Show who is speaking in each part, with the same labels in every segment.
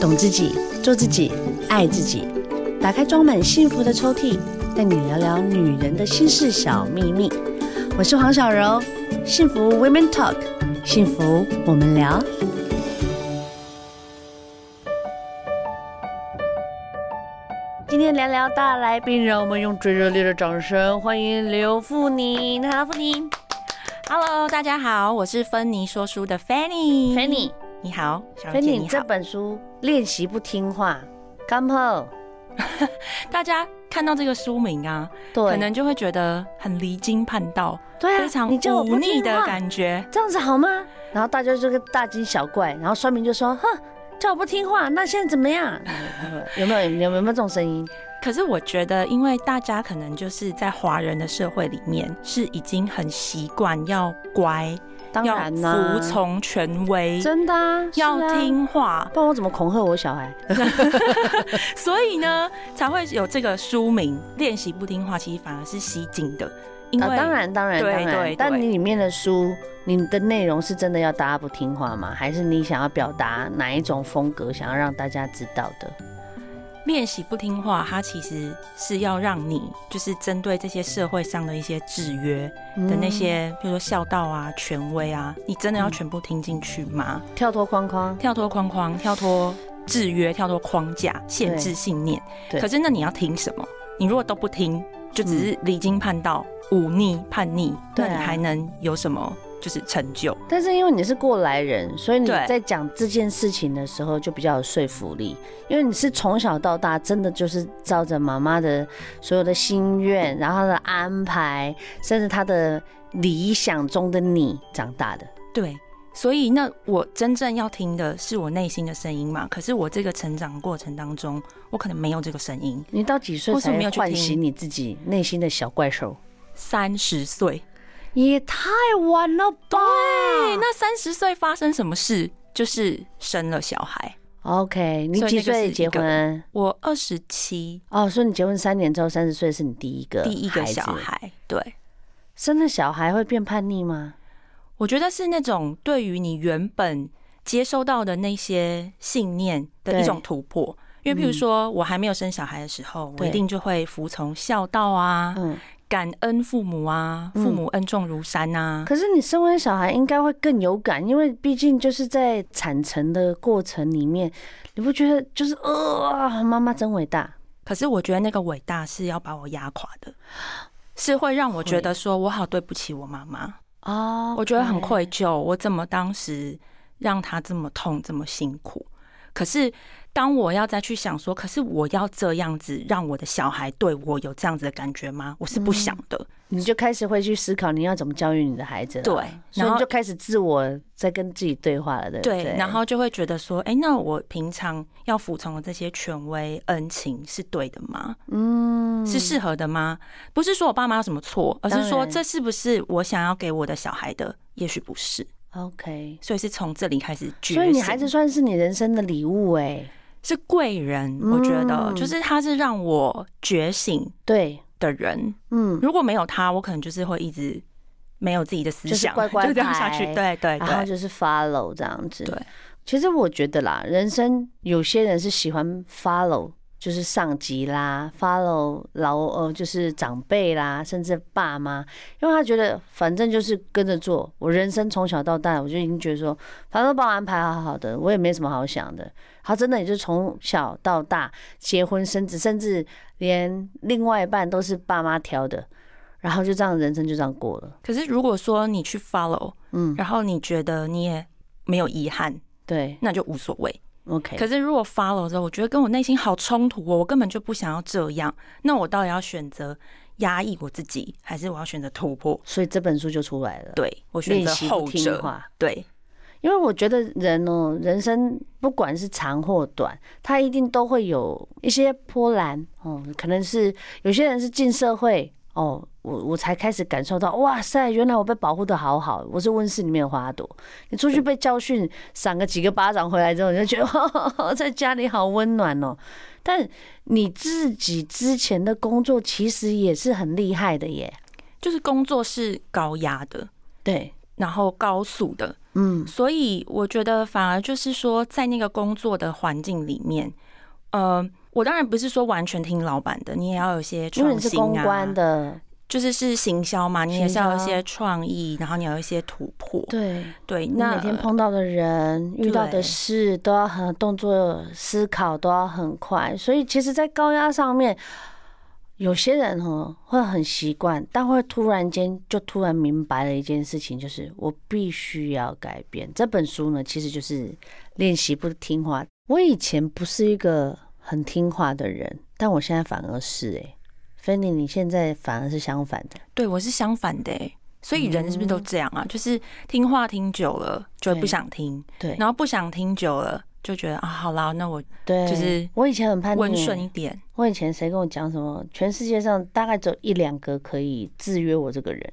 Speaker 1: 懂自己，做自己，爱自己。打开装满幸福的抽屉，带你聊聊女人的心事小秘密。我是黄小柔，幸福 Women Talk，幸福我们聊。今天聊聊大来宾，让我们用最热烈的掌声欢迎刘富宁。哈喽，富宁
Speaker 2: Hello，大家好，我是芬妮说书的嗯 Fanny。
Speaker 1: ，Fanny，Fanny，
Speaker 2: 你好，小姐你
Speaker 1: 这
Speaker 2: 好。
Speaker 1: 本书《练习不听话》，干后
Speaker 2: 大家看到这个书名啊，
Speaker 1: 对，
Speaker 2: 可能就会觉得很离经叛道，
Speaker 1: 对啊，
Speaker 2: 非常
Speaker 1: 你叫我
Speaker 2: 忤
Speaker 1: 不
Speaker 2: 逆
Speaker 1: 听
Speaker 2: 的
Speaker 1: 话
Speaker 2: 感觉。
Speaker 1: 这样子好吗？然后大家就个大惊小怪，然后酸民就说：“哼，叫我不听话，那现在怎么样？ 有没有有没有有没有这种声音？
Speaker 2: 可是我觉得，因为大家可能就是在华人的社会里面，是已经很习惯要乖，
Speaker 1: 当
Speaker 2: 要
Speaker 1: 然啦、
Speaker 2: 服从权威，
Speaker 1: 真的啊，是
Speaker 2: 要
Speaker 1: 啊，
Speaker 2: 听话，
Speaker 1: 不然我怎么恐吓我小孩？啊
Speaker 2: 所以呢才会有这个书名。练习不听话，其实反而是吸睛的，因为、
Speaker 1: 啊，当然当然
Speaker 2: 对
Speaker 1: 当然
Speaker 2: 对，
Speaker 1: 但
Speaker 2: 对
Speaker 1: 你里面的书，你的内容是真的要大家不听话吗？还是你想要表达哪一种风格，想要让大家知道的？
Speaker 2: 练习不听话，它其实是要让你就是针对这些社会上的一些制约
Speaker 1: 嗯
Speaker 2: 的那些，比如说孝道啊、权威啊，你真的要全部听进去吗？
Speaker 1: 嗯跳脱框框，
Speaker 2: 跳脱框框，跳脱制约，跳脱框架、限制信念。
Speaker 1: 对嗯
Speaker 2: 可是那你要听什么？你如果都不听，就只是离经叛道、忤逆、叛逆，
Speaker 1: 对
Speaker 2: 那
Speaker 1: 啊
Speaker 2: 你还能有什么就是成就？
Speaker 1: 但是因为你是过来人，所以你
Speaker 2: 对
Speaker 1: 在讲这件事情的时候就比较有说服力，因为你是从小到大真的就是照着妈妈的所有的心愿，然后她的安排，甚至她的理想中的你长大的。
Speaker 2: 对，所以那我真正要听的是我内心的声音嘛。可是我这个成长过程当中，我可能没有这个声音。
Speaker 1: 你到几岁
Speaker 2: 或是
Speaker 1: 才
Speaker 2: 没有去
Speaker 1: 唤
Speaker 2: 听
Speaker 1: 醒你自己内心的小怪兽？
Speaker 2: 三十岁，
Speaker 1: 也太晚了吧？
Speaker 2: 对，那三十岁发生什么事？就是生了小孩。
Speaker 1: OK，你
Speaker 2: 所以
Speaker 1: 几
Speaker 2: 那个是
Speaker 1: 岁
Speaker 2: 一
Speaker 1: 结
Speaker 2: 个
Speaker 1: 婚？
Speaker 2: 我二十七，
Speaker 1: 哦，所以你结婚三年之后，三十岁是你第一个
Speaker 2: 第一个小
Speaker 1: 子
Speaker 2: 孩。对，
Speaker 1: 生了小孩会变叛逆吗？
Speaker 2: 我觉得是那种对于你原本接收到的那些信念的
Speaker 1: 对嗯
Speaker 2: 一种突破。因为譬如说，我还没有生小孩的时候，我
Speaker 1: 对
Speaker 2: 一定就会服从孝道啊，
Speaker 1: 嗯，
Speaker 2: 感恩父母啊，
Speaker 1: 嗯
Speaker 2: 父母恩重如山啊。
Speaker 1: 可是你生完小孩应该会更有感，因为毕竟就是在产程的过程里面，你不觉得就是呃，妈妈真伟大，
Speaker 2: 可是我觉得那个伟大是要把我压垮的，是会让我觉得说我好对不起我妈妈，
Speaker 1: 哦
Speaker 2: 我觉得很愧疚，我怎么当时让她这么痛这么辛苦？可是当我要再去想说，可是我要这样子让我的小孩对我有这样子的感觉吗？我是不想的。
Speaker 1: 你就开始会去思考你要怎么教育你的孩子了，
Speaker 2: 对
Speaker 1: 所
Speaker 2: 然
Speaker 1: 以
Speaker 2: 后
Speaker 1: 你就开始自我在跟自己对话了，对不
Speaker 2: 对，
Speaker 1: 对？
Speaker 2: 然后就会觉得说，哎、那我平常要服从的这些权威恩情是对的吗？嗯，是适合的吗？不是说我爸妈有什么错，而
Speaker 1: 当
Speaker 2: 是说
Speaker 1: 然
Speaker 2: 这是不是我想要给我的小孩的？也许不是，
Speaker 1: OK，
Speaker 2: 所以是从这里开始觉醒。
Speaker 1: 所以你孩子算是你人生的礼物哎、
Speaker 2: 是贵人，
Speaker 1: 嗯
Speaker 2: 我觉得、就是他是让我觉醒
Speaker 1: 对，
Speaker 2: 的人。
Speaker 1: 嗯，
Speaker 2: 如果没有他，我可能就是会一直没有自己的思
Speaker 1: 就是
Speaker 2: 想，
Speaker 1: 乖乖
Speaker 2: 就这样下去。
Speaker 1: 牌
Speaker 2: 对对
Speaker 1: 然后
Speaker 2: 对，
Speaker 1: 就是 follow 这样子，
Speaker 2: 对。
Speaker 1: 其实我觉得啦，人生有些人是喜欢 follow，就是上级啦，follow 老呃就是长辈啦，甚至爸妈，因为他觉得反正就是跟着做。我人生从小到大，我就已经觉得说，反正都帮我安排好好的，我也没什么好想的。他真的也就是从小到大结婚生子，甚至连另外一半都是爸妈挑的，然后就这样人生就这样过了。
Speaker 2: 可是如果说你去 follow，
Speaker 1: 嗯
Speaker 2: 嗯，然后你觉得你也没有遗憾，
Speaker 1: 对
Speaker 2: 那就无所谓。
Speaker 1: ，OK，
Speaker 2: 可是如果 follow 之后，我觉得跟我内心好冲突哦，我根本就不想要这样。那我到底要选择压抑我自己，还是我要选择突破？
Speaker 1: 所以这本书就出来了。
Speaker 2: 对我选
Speaker 1: 练
Speaker 2: 择
Speaker 1: 习不
Speaker 2: 后
Speaker 1: 听
Speaker 2: 者。
Speaker 1: 话。
Speaker 2: 对，
Speaker 1: 因为我觉得人哦，人生不管是长或短，他一定都会有一些波澜哦。可能是有些人是进社会哦，我我才开始感受到，哇塞，原来我被保护的好好，我是温室里面的花朵。你出去被教训，赏个几个巴掌回来之后，你就觉得 哇，在家里好温暖哦。但你自己之前的工作其实也是很厉害的耶，
Speaker 2: 就是工作是高压的，
Speaker 1: 对，
Speaker 2: 然后高速的，
Speaker 1: 嗯，
Speaker 2: 所以我觉得反而就是说，在那个工作的环境里面，呃，我当然不是说完全听老板的，你也要有一些
Speaker 1: 因为
Speaker 2: 创
Speaker 1: 你是
Speaker 2: 新
Speaker 1: 公
Speaker 2: 啊
Speaker 1: 关，的，
Speaker 2: 就是是行销嘛，你也是要有一
Speaker 1: 行销
Speaker 2: 些创意，然后你要有一些突破。
Speaker 1: 对，
Speaker 2: 对，
Speaker 1: 你
Speaker 2: 那
Speaker 1: 每天碰到的人、遇到的
Speaker 2: 对
Speaker 1: 事都要很动作思考，都要很快，所以其实，在高压上面，有些人哦会很习惯，但会突然间就突然明白了一件事情，就是我必须要改变。这本书呢，其实就是练习不听话。我以前不是一个很听话的人，但我现在反而是哎、菲尼，你现在反而是相反的，
Speaker 2: 对我是相反的、欸，所以人是不是都这样啊？就是听话听久了就会不
Speaker 1: 嗯对
Speaker 2: 想听，
Speaker 1: 对
Speaker 2: 然后不想听久了就觉得啊，好啦，那我
Speaker 1: 对，
Speaker 2: 就是
Speaker 1: 我以前很叛逆，
Speaker 2: 温顺一点。
Speaker 1: 我以前谁跟我讲什么，全世界上大概只有一两个可以制约我这个人，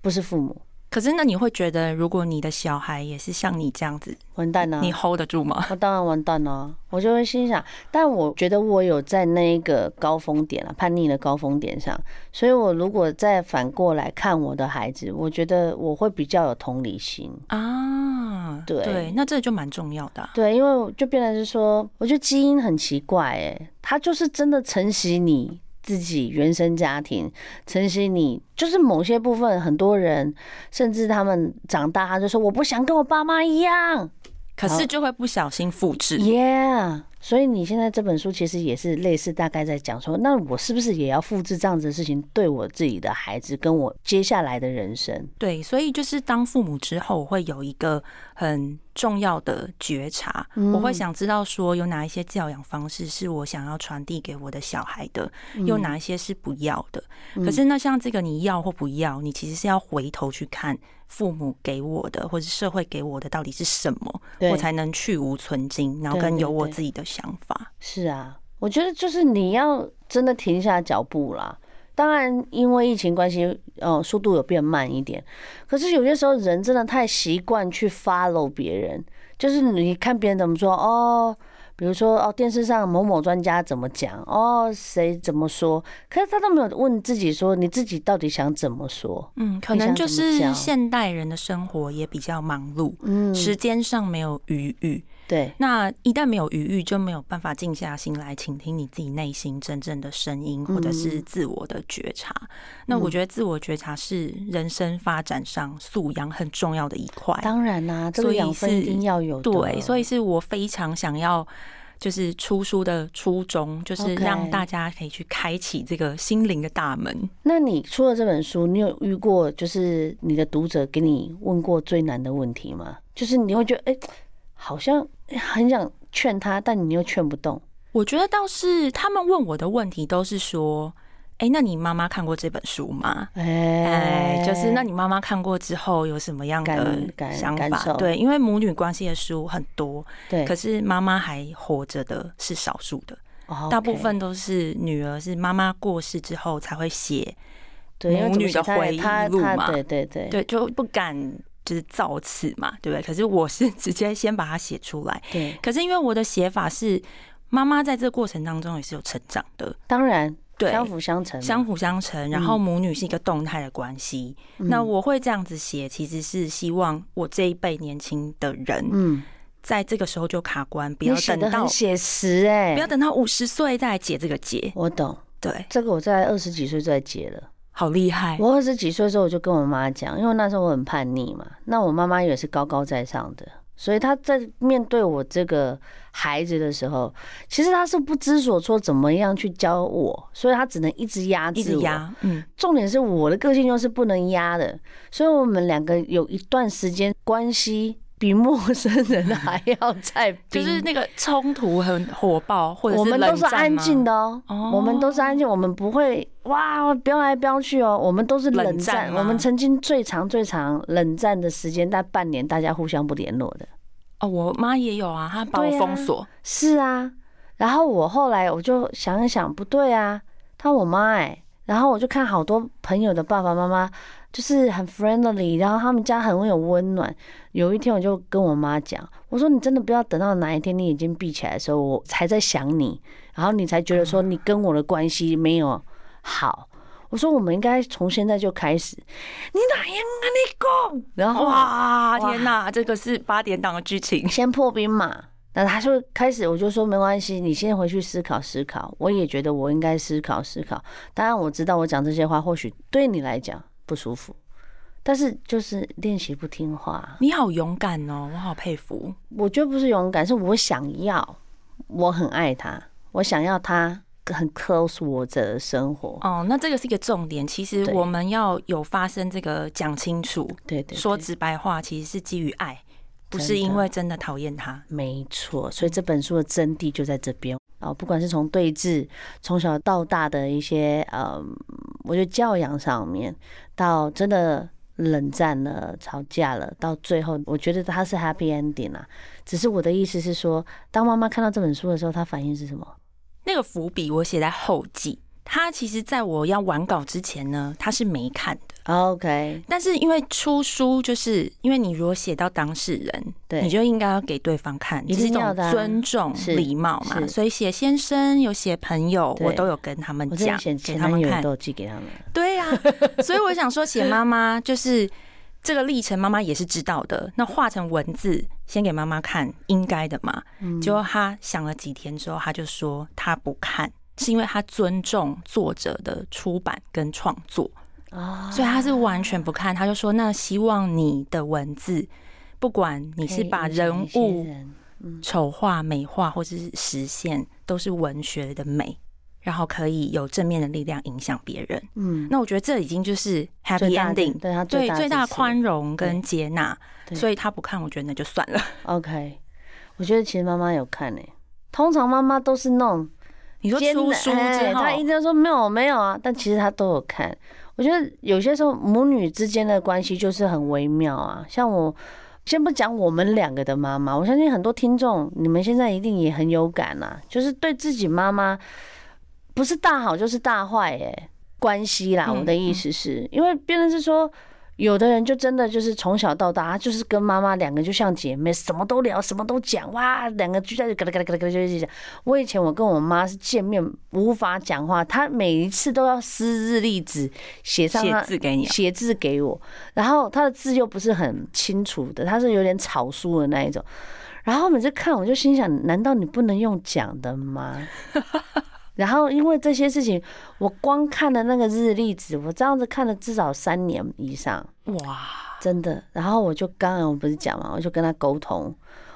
Speaker 1: 不是父母，
Speaker 2: 可是那你会觉得，如果你的小孩也是像你这样子，
Speaker 1: 完蛋了、
Speaker 2: 你 hold 得住吗？
Speaker 1: 我当然完蛋了、我就会心想，但我觉得我有在那一个高峰点啊，叛逆的高峰点上，所以我如果再反过来看我的孩子，我觉得我会比较有同理心。
Speaker 2: 啊，
Speaker 1: 对
Speaker 2: 那这就蛮重要的啊、
Speaker 1: 对，因为就变成是说，我觉得基因很奇怪，哎，它就是真的承袭你自己原生家庭，承袭你就是某些部分，很多人甚至他们长大，他就说我不想跟我爸妈一样
Speaker 2: 可是就会不小心复制。
Speaker 1: ，Yeah。所以你现在这本书其实也是类似，大概在讲说，那我是不是也要复制这样子的事情，对我自己的孩子跟我接下来的人生？
Speaker 2: 对，所以就是当父母之后，我会有一个很重要的觉察，我
Speaker 1: 嗯
Speaker 2: 会想知道说有哪一些教养方式是我想要传递给我的小孩的，有
Speaker 1: 嗯
Speaker 2: 哪一些是不要的。可是那像这个你要或不要，你其实是要回头去看父母给我的，或者社会给我的到底是什么，
Speaker 1: 对
Speaker 2: 我才能去无存菁，然后
Speaker 1: 对
Speaker 2: 跟
Speaker 1: 对
Speaker 2: 有我
Speaker 1: 对
Speaker 2: 自己的想法。
Speaker 1: 是啊，我觉得就是你要真的停下脚步啦。当然，因为疫情关系，呃，速度有变慢一点。可是有些时候，人真的太习惯去 follow 别人，就是你看别人怎么说哦，比如说哦，电视上某某专家怎么讲哦，谁怎么说，可是他都没有问自己说，你自己到底想怎么说？
Speaker 2: 嗯，可
Speaker 1: 你
Speaker 2: 能
Speaker 1: 想
Speaker 2: 就
Speaker 1: 怎么
Speaker 2: 是
Speaker 1: 教
Speaker 2: 现代人的生活也比较忙碌，
Speaker 1: 嗯，
Speaker 2: 时间上没有余裕。
Speaker 1: 对，
Speaker 2: 那一旦没有余裕，就没有办法静下心来倾听你自己内心真正的声音，或者
Speaker 1: 嗯
Speaker 2: 是自我的觉察。那我觉得自我觉察是人生发展上素养很重要的一块。
Speaker 1: 当然啦、这
Speaker 2: 所
Speaker 1: 个
Speaker 2: 以
Speaker 1: 养分
Speaker 2: 是
Speaker 1: 一定要有的。
Speaker 2: 对，所以是我非常想要。就是出书的初衷，就是
Speaker 1: OK
Speaker 2: 让大家可以去开启这个心灵的大门。
Speaker 1: 那你出了这本书，你有遇过就是你的读者给你问过最难的问题吗？就是你会觉得哎、诶好像哎很想劝他，但你又劝不动。
Speaker 2: 我觉得倒是他们问我的问题都是说：“哎、那你妈妈看过这本书吗？”
Speaker 1: 哎、
Speaker 2: 哎，就是那你妈妈看过之后有什么样的
Speaker 1: 感感
Speaker 2: 想
Speaker 1: 感
Speaker 2: 法？
Speaker 1: 受
Speaker 2: 对，因为母女关系的书很多，
Speaker 1: 对，
Speaker 2: 可是妈妈还活着的是少数的，
Speaker 1: 哦
Speaker 2: 大
Speaker 1: OK
Speaker 2: 部分都是女儿是妈妈过世之后才会写，
Speaker 1: 对，因为
Speaker 2: 母
Speaker 1: 怎么
Speaker 2: 女的
Speaker 1: 写他
Speaker 2: 回忆
Speaker 1: 他
Speaker 2: 录
Speaker 1: 他
Speaker 2: 嘛
Speaker 1: 对对对
Speaker 2: 对，就不敢就是造次嘛，对不对？可是我是 直接先把它写出来，
Speaker 1: 对，
Speaker 2: 可是因为我的写法是妈妈在这过程当中也是有成长的，
Speaker 1: 当然
Speaker 2: 对，
Speaker 1: 相辅相成嘛，啊
Speaker 2: 相辅相成，
Speaker 1: 嗯
Speaker 2: 然后母女是一个动态的关系。那我会这样子写，其实是希望我这一辈年轻的人，
Speaker 1: 嗯，
Speaker 2: 在这个时候就卡关，不
Speaker 1: 你
Speaker 2: 要
Speaker 1: 写
Speaker 2: 等
Speaker 1: 的
Speaker 2: 到
Speaker 1: 很写实哎、
Speaker 2: 不要等到五十岁再来解这个结。
Speaker 1: 我懂
Speaker 2: 对，
Speaker 1: 这个，我在二十几岁就在结了。
Speaker 2: 好厉害，
Speaker 1: 我二十几岁的时候，我就跟我妈讲，因为那时候我很叛逆嘛，那我妈妈也是高高在上的，所以她在面对我这个孩子的时候，其实她是不知所措，怎么样去教我，所以她只能一直压制
Speaker 2: 一直
Speaker 1: 我。
Speaker 2: 压，嗯，
Speaker 1: 重点是我的个性又是不能压的，所以我们两个有一段时间关系比陌生人还要再 冰
Speaker 2: 就是那个冲突很火爆，或者
Speaker 1: 我们都
Speaker 2: 冷
Speaker 1: 是安
Speaker 2: 战
Speaker 1: 静
Speaker 2: 吗？
Speaker 1: 的哦，
Speaker 2: 哦
Speaker 1: 我们都是安静，我们不会哇飙来飙去哦，我们都是冷
Speaker 2: 冷战
Speaker 1: 战。
Speaker 2: 吗
Speaker 1: 我们曾经最长最长冷战的时间，大概半年，大家互相不联络的。
Speaker 2: 哦，我妈也有啊，她把我
Speaker 1: 对啊
Speaker 2: 封锁，
Speaker 1: 是啊，然后我后来我就想一想，不对啊，她我妈哎、然后我就看好多朋友的爸爸妈妈就是很 friendly，然后他们家很会有温暖。有一天我就跟我妈讲，我说你真的不要等到哪一天你眼睛闭起来的时候，我才在想你，然后你才觉得说你跟我的关系没有好。我说我们应该从现在就开始，你哪样啊你讲，然后
Speaker 2: 哇，
Speaker 1: 哇
Speaker 2: 天哪，这个是八点档的剧 情。
Speaker 1: 先破冰嘛。那他就开始，我就说没关系，你先回去思考思考。我也觉得我应该思考思考。当然我知道我讲这些话或许对你来讲不舒服，但是就是练习不听话，
Speaker 2: 你好勇敢哦，我好佩服。
Speaker 1: 我觉得不是勇敢，是我想要，我很爱他，我想要他很 close 我的生活。
Speaker 2: 哦，那这个是一个重点。其实
Speaker 1: 对
Speaker 2: 我们要有发生这个讲清楚，
Speaker 1: 对对对
Speaker 2: 说直白话，其实是基于爱，不
Speaker 1: 真
Speaker 2: 是
Speaker 1: 的
Speaker 2: 因为真的讨厌他。
Speaker 1: 没错，所以这本书的真谛就在这边啊、不管是从对峙，从小到大的一些呃，我觉得教养上面，到真的冷战了、吵架了，到最后，我觉得它是 happy ending 啊。只是我的意思是说，当妈妈看到这本书的时候，她反应是什么？
Speaker 2: 那个伏笔我写在后记，他其实在我要完稿之前呢，他是没看的。
Speaker 1: OK，
Speaker 2: 但是因为出书，就是因为你如果写到当事人，
Speaker 1: 对
Speaker 2: 你就应该要给对方看，
Speaker 1: 一
Speaker 2: 这是一
Speaker 1: 定要
Speaker 2: 种
Speaker 1: 的啊
Speaker 2: 尊重、
Speaker 1: 是
Speaker 2: 礼貌嘛。
Speaker 1: 是
Speaker 2: 所以写先生有写朋友，
Speaker 1: 对
Speaker 2: 我都有跟他们
Speaker 1: 我之前
Speaker 2: 讲，
Speaker 1: 前
Speaker 2: 给
Speaker 1: 前
Speaker 2: 他
Speaker 1: 男
Speaker 2: 们
Speaker 1: 友
Speaker 2: 看
Speaker 1: 也。都有寄给他们，
Speaker 2: 对呀、所以我想说，写妈妈就是这个历程，妈妈也是知道的。那画成文字，先给妈妈看，应该的嘛。
Speaker 1: 嗯
Speaker 2: 结果她想了几天之后，她就说她不看，是因为她尊重作者的出版跟创作，
Speaker 1: 啊、
Speaker 2: 所以她是完全不看。她就说，那希望你的文字，不管你是把人
Speaker 1: 可以影响一
Speaker 2: 物
Speaker 1: 些人
Speaker 2: 丑化、美化，或者是实现，都是文学的美。然后可以有正面的力量影响别人，
Speaker 1: 嗯，
Speaker 2: 那我觉得这已经就是 happy
Speaker 1: 最大的
Speaker 2: ending，
Speaker 1: 对他
Speaker 2: 对
Speaker 1: 大
Speaker 2: 最大的
Speaker 1: 支持
Speaker 2: 宽容跟接纳，
Speaker 1: 对
Speaker 2: 所以他不看，我觉得那就算了。
Speaker 1: OK，我觉得其实妈妈有看诶、通常妈妈都是那种
Speaker 2: 你说
Speaker 1: 艰
Speaker 2: 出
Speaker 1: 难
Speaker 2: 书
Speaker 1: 哎
Speaker 2: 之后，
Speaker 1: 她一直说没有没有啊，但其实她都有看。我觉得有些时候母女之间的关系就是很微妙啊，像我。先不讲我们两个的妈妈，我相信很多听众，你们现在一定也很有感啊，就是对自己妈妈不是大好就是大坏哎、关系啦。
Speaker 2: 嗯
Speaker 1: 我的意思是、因为变成是说，有的人就真的就是从小到大，他就是跟妈妈两个就像姐妹，什么都聊，什么都讲，哇，两个聚在这嘎啦嘎啦嘎啦嘎啦就一直讲。我以前我跟我妈是见面无法讲话，她每一次都要撕日历纸写上
Speaker 2: 写
Speaker 1: 她
Speaker 2: 字给你啊，
Speaker 1: 写字给我，然后他的字又不是很清楚的，他是有点草书的那一种。然后每次看，我就心想：难道你不能用讲的 吗？然后因为这些事情，我光看了那个日历纸，我这样子看了至少三年以上，
Speaker 2: 哇，
Speaker 1: 真的。然后我就刚才我不是讲嘛，我就跟他沟通，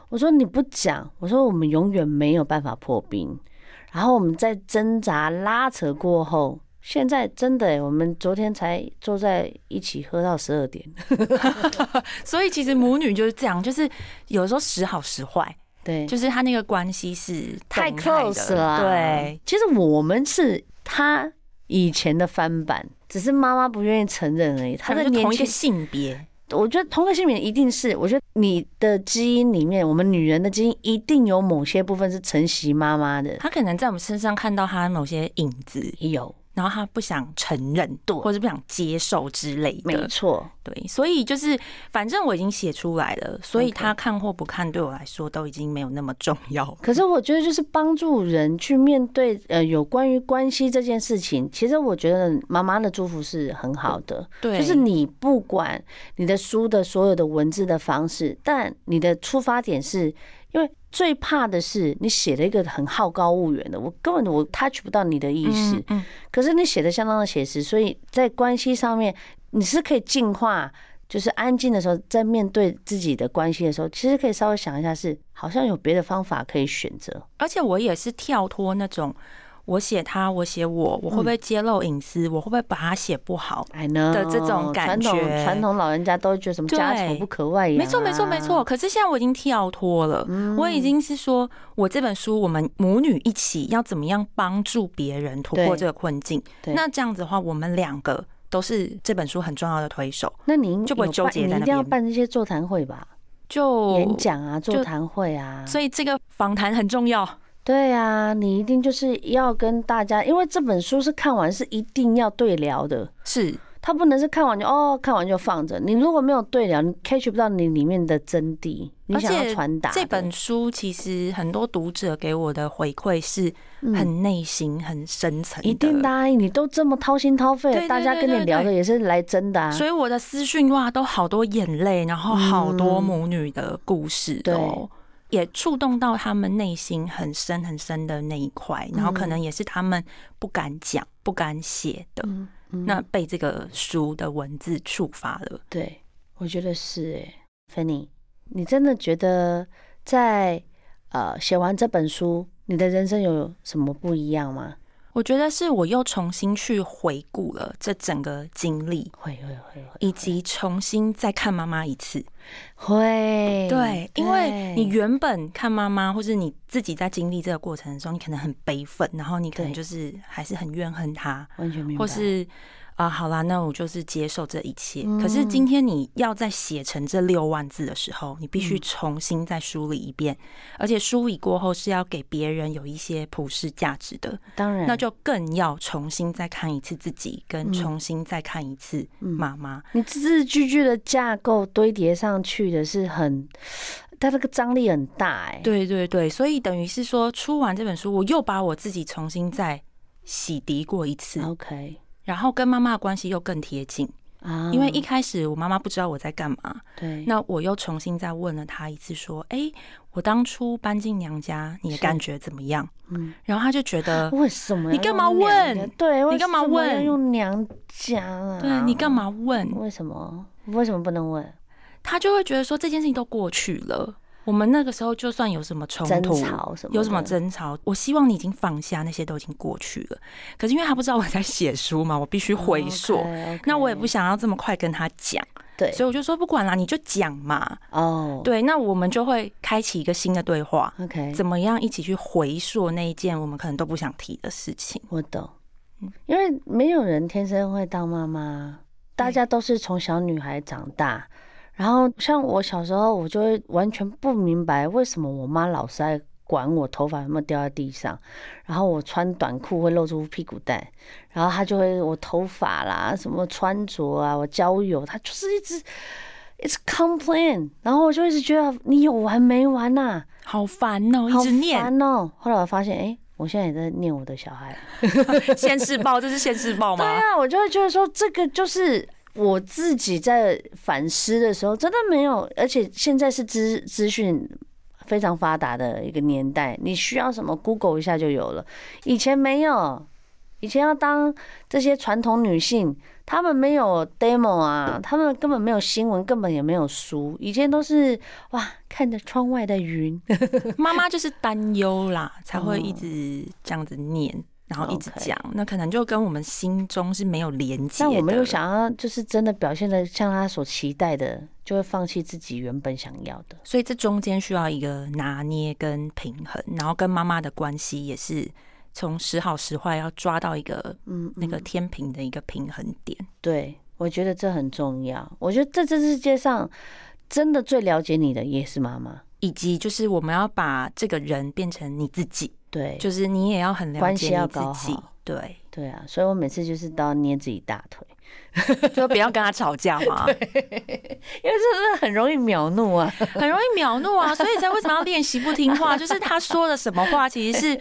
Speaker 1: 我说你不讲，我说我们永远没有办法破冰。然后我们在挣扎拉扯过后，现在真的、欸，我们昨天才坐在一起喝到十二点。
Speaker 2: 所以其实母女就是这样，就是有时候时好时坏，
Speaker 1: 对，
Speaker 2: 就是他那个关系是
Speaker 1: 太
Speaker 2: 动态的
Speaker 1: close 了啊。
Speaker 2: 对，
Speaker 1: 其实我们是他以前的翻版，只是妈妈不愿意承认而已。他
Speaker 2: 他
Speaker 1: 的
Speaker 2: 们就
Speaker 1: 年
Speaker 2: 同一个
Speaker 1: 轻
Speaker 2: 性别，
Speaker 1: 我觉得同个性别一定是，我觉得你的基因里面，我们女人的基因一定有某些部分是承袭妈妈的，
Speaker 2: 他可能在我们身上看到他某些影子，
Speaker 1: 有，
Speaker 2: 然后他不想承认，
Speaker 1: 对
Speaker 2: 或者不想接受之类
Speaker 1: 没
Speaker 2: 的，
Speaker 1: 错，
Speaker 2: 对，所以就是反正我已经写出来了，所以
Speaker 1: OK
Speaker 2: 他看或不看对我来说都已经没有那么重要了。
Speaker 1: 可是我觉得，就是帮助人去面对呃有关于关系这件事情，其实我觉得妈妈的祝福是很好的。
Speaker 2: 对
Speaker 1: 就是你不管你的书的所有的文字的方式，但你的出发点是因为最怕的是你写了一个很好高骛远的，我根本我 touch 不到你的意思。
Speaker 2: 嗯嗯
Speaker 1: 可是你写的相当的写实，所以在关系上面你是可以进化。就是安静的时候，在面对自己的关系的时候，其实可以稍微想一下是，好像有别的方法可以选择。
Speaker 2: 而且我也是跳脱那种，我写他，我写我，我会不会揭露隐私？我会不会把他写不好？
Speaker 1: I know
Speaker 2: 的这种感觉
Speaker 1: 传统传统老人家都觉得什么
Speaker 2: 对
Speaker 1: 家丑不可外扬、啊，
Speaker 2: 没错，没错，没错。。可是现在我已经跳脱了，我已经是说我这本书，我们母女一起要怎么样帮助别人突破
Speaker 1: 对
Speaker 2: 这个困境？
Speaker 1: 对
Speaker 2: 那这样子的话，我们两个都是这本书很重要的推手。
Speaker 1: 那您
Speaker 2: 就不会
Speaker 1: 有
Speaker 2: 纠
Speaker 1: 办
Speaker 2: 结在
Speaker 1: 你
Speaker 2: 那
Speaker 1: 一定要
Speaker 2: 边
Speaker 1: 办这些座谈会吧，
Speaker 2: 就
Speaker 1: 演，讲啊，座谈会啊，
Speaker 2: 所以这个访谈很重要。
Speaker 1: 对啊，你一定就是要跟大家，因为这本书是看完是一定要对聊的，
Speaker 2: 是，
Speaker 1: 他不能是看完就哦，看完就放着。你如果没有对聊，你 catch 不到你里面的真谛，你
Speaker 2: 而
Speaker 1: 想要
Speaker 2: 且
Speaker 1: 传达的
Speaker 2: 这本书其实很多读者给我的回馈是很内心、很深层
Speaker 1: 嗯
Speaker 2: 的，
Speaker 1: 一定答应你都这么掏心掏肺
Speaker 2: 对，对
Speaker 1: 大家跟你聊的也是来真的啊。
Speaker 2: 所以我的私讯哇，都好多眼泪，然后好多母女的故事哦，也触动到他们内心很深很深的那一块，
Speaker 1: 嗯
Speaker 2: 然后可能也是他们不敢讲、不敢写的。
Speaker 1: 嗯
Speaker 2: 那被这个书的文字触发了，
Speaker 1: 对，我觉得是哎、芬妮，你真的觉得在呃写完这本书，你的人生有什么不一样吗？
Speaker 2: 我觉得是我又重新去回顾了这整个经历，
Speaker 1: 会会会会
Speaker 2: 以及重新再看妈妈一次。
Speaker 1: 会，
Speaker 2: 对，因为你
Speaker 1: 对
Speaker 2: 原本看妈妈，或是你自己在经历这个过程的时候，你可能很悲愤，然后你可能
Speaker 1: 对
Speaker 2: 就是还是很怨恨她，
Speaker 1: 完全明白，
Speaker 2: 或是啊、好啦，那我就是接受这一切。
Speaker 1: 嗯
Speaker 2: 可是今天你要再写成这六万字的时候，你
Speaker 1: 嗯
Speaker 2: 必须重新再梳理一遍，而且梳理过后是要给别人有一些普世价值的，
Speaker 1: 当然，
Speaker 2: 那就更要重新再看一次自己，跟
Speaker 1: 嗯
Speaker 2: 重新再看一次妈妈。
Speaker 1: 你字字句句的架构堆叠上去的是很，它那个张力很大哎、
Speaker 2: 对对对，所以等于是说，出完这本书，我又把我自己重新再洗涤过一次，
Speaker 1: 嗯，OK
Speaker 2: 然后跟妈妈的关系又更贴近。
Speaker 1: 啊，
Speaker 2: 因为一开始我妈妈不知道我在干嘛，
Speaker 1: 对
Speaker 2: 那我又重新再问了她一次，说：“哎，我当初搬进娘家，你的
Speaker 1: 是
Speaker 2: 感觉怎么样
Speaker 1: 嗯？”
Speaker 2: 然后她就觉得。
Speaker 1: 为什么要
Speaker 2: 你干嘛
Speaker 1: 用娘家
Speaker 2: 问
Speaker 1: 对，为
Speaker 2: 你干嘛
Speaker 1: 什么要
Speaker 2: 问
Speaker 1: 用娘家啊？
Speaker 2: 对你干嘛问？
Speaker 1: 为什么？为什么不能问？
Speaker 2: 她就会觉得说这件事情都过去了。我们那个时候就算有什么冲
Speaker 1: 争
Speaker 2: 突、
Speaker 1: 吵什么？
Speaker 2: 有什么？争吵，我希望你已经放下，那些都已经过去了。可是因为他不知道我在写书嘛，我必须回溯。
Speaker 1: OK，OK
Speaker 2: 那我也不想要这么快跟他讲，
Speaker 1: 对
Speaker 2: 所以我就说不管啦，你就讲嘛。
Speaker 1: 哦，
Speaker 2: 对，那我们就会开启一个新的对话，
Speaker 1: ，OK，
Speaker 2: 怎么样一起去回溯那一件我们可能都不想提的事情。
Speaker 1: 我懂。因为没有人天生会当妈妈，大家都是从小女孩长大。然后像我小时候，我就会完全不明白为什么我妈老是爱管我头发有没有掉在地上，然后我穿短裤会露出屁股蛋，然后她就会我头发啦、什么穿着啊、我交友，她就是一直一直 complain，然后我就一直觉得你有完没完呐、
Speaker 2: 好烦哦、
Speaker 1: 好
Speaker 2: 一直念
Speaker 1: 烦哦。后来我发现，哎、我现在也在念我的小孩。
Speaker 2: 现世报，这是现世报吗？
Speaker 1: 对啊，我就会觉得说，这个就是我自己在反思的时候，真的没有，而且现在是资资讯。非常发达的一个年代，你需要什么，Google 一下就有了。以前没有，以前要当这些传统女性，她们没有 demo 啊，她们根本没有新闻，根本也没有书。以前都是哇，看着窗外的云，
Speaker 2: 妈妈就是担忧啦，才会一直这样子念，然后一直
Speaker 1: OK
Speaker 2: 讲。那可能就跟我们心中是没有连接
Speaker 1: 那
Speaker 2: 的。
Speaker 1: 我们又想要就是真的表现的像他所期待的，就会放弃自己原本想要的。
Speaker 2: 所以这中间需要一个拿捏跟平衡，然后跟妈妈的关系也是从时好时坏，要抓到一个
Speaker 1: 嗯，
Speaker 2: 那个天平的一个平衡点。
Speaker 1: 对，我觉得这很重要。我觉得在这世界上，真的最了解你的也是妈妈。
Speaker 2: 以及就是我们要把这个人变成你自己，
Speaker 1: 对，
Speaker 2: 就是你也要很了
Speaker 1: 关
Speaker 2: 解
Speaker 1: 系要
Speaker 2: 你自
Speaker 1: 搞
Speaker 2: 己
Speaker 1: 好，
Speaker 2: 对，
Speaker 1: 对啊，所以我每次就是都要捏自己大腿，
Speaker 2: 就不要跟他吵架 嘛，
Speaker 1: 因为真的很容易秒怒 啊。
Speaker 2: 很容易秒怒啊，所以才为什么要练习不听 话？就是他说的什么话，其实是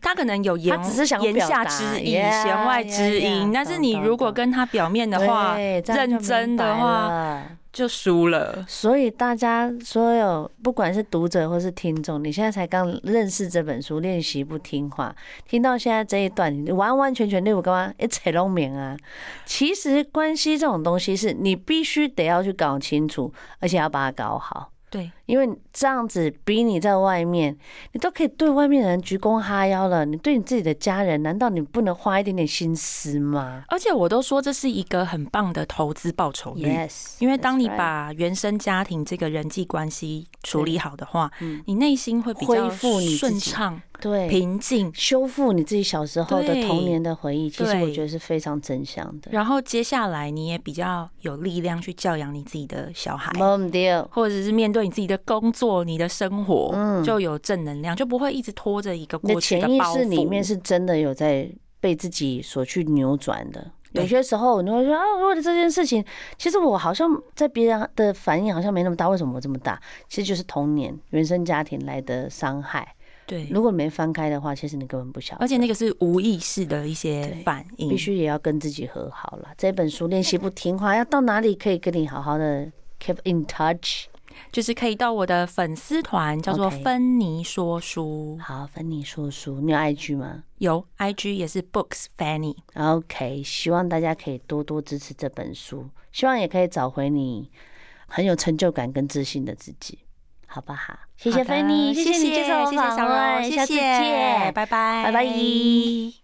Speaker 2: 他可能有言，
Speaker 1: 他只是想
Speaker 2: 言
Speaker 1: 表
Speaker 2: 下
Speaker 1: 达
Speaker 2: 之意、
Speaker 1: Yeah，
Speaker 2: 弦外
Speaker 1: yeah，
Speaker 2: 之音
Speaker 1: yeah，
Speaker 2: 但是
Speaker 1: 懂
Speaker 2: 你
Speaker 1: 懂
Speaker 2: 如果
Speaker 1: 懂
Speaker 2: 跟他表面的话，
Speaker 1: 对这样就
Speaker 2: 认真的
Speaker 1: 明白
Speaker 2: 话，
Speaker 1: 了
Speaker 2: 就输了。
Speaker 1: 所以大家所有不管是读者或是听众，你现在才刚认识这本书，练习不听话，听到现在这一段，你完完全全六干嘛一切拢明啊。其实关系这种东西是你必须得要去搞清楚，而且要把它搞好。
Speaker 2: 对，
Speaker 1: 因为这样子，比你在外面，你都可以对外面的人鞠躬哈腰了。你对你自己的家人，难道你不能花一点点心思吗
Speaker 2: 而且我都说这是一个很棒的投资报酬率。
Speaker 1: ？Yes，
Speaker 2: 因为当你
Speaker 1: that's right
Speaker 2: 把原生家庭这个人际关系处理好的话，
Speaker 1: 嗯
Speaker 2: 你内心会比较
Speaker 1: 恢复你自己
Speaker 2: 顺畅、
Speaker 1: 对
Speaker 2: 平静，
Speaker 1: 修复你自己小时候的
Speaker 2: 对
Speaker 1: 童年的回忆，其实我
Speaker 2: 对
Speaker 1: 觉得是非常正向的。
Speaker 2: 然后接下来你也比较有力量去教养你自己的小孩，
Speaker 1: Mom dear，
Speaker 2: 或者是面对你自己的工作、你的生活，
Speaker 1: 嗯
Speaker 2: 就有正能量，就不会一直拖着一个
Speaker 1: 你
Speaker 2: 过
Speaker 1: 的
Speaker 2: 去的
Speaker 1: 潜意
Speaker 2: 包
Speaker 1: 识里面
Speaker 2: 袱。
Speaker 1: 是真的有在被自己所去扭转的。有
Speaker 2: 对
Speaker 1: 些时候你会说啊，为了这件事情，其实我好像在别人的反应好像没那么大，为什么我这么大？其实就是童年原生家庭来的伤害。
Speaker 2: 对，
Speaker 1: 如果你没翻开的话，其实你根本不晓得。
Speaker 2: 而且那个是无意识的一些
Speaker 1: 对
Speaker 2: 反应，
Speaker 1: 必须也要跟自己和好了。这本书练习不听话，要到哪里可以跟你好好的 keep in touch？
Speaker 2: 就是可以到我的粉丝团叫做
Speaker 1: OK
Speaker 2: 芬妮说书
Speaker 1: 好，芬妮说书，你有 IG 吗？
Speaker 2: 有 IG 也是 Books Fanny，
Speaker 1: OK，希望大家可以多多支持这本书，希望也可以找回你很有成就感跟自信的自己，好不好？谢谢
Speaker 2: 好的
Speaker 1: 菲尼，
Speaker 2: 谢
Speaker 1: 谢你接受我
Speaker 2: 谢
Speaker 1: 访
Speaker 2: 小柔，
Speaker 1: 问，
Speaker 2: 谢
Speaker 1: 下次
Speaker 2: 谢
Speaker 1: 见，
Speaker 2: 拜
Speaker 1: 拜
Speaker 2: 拜，
Speaker 1: 拜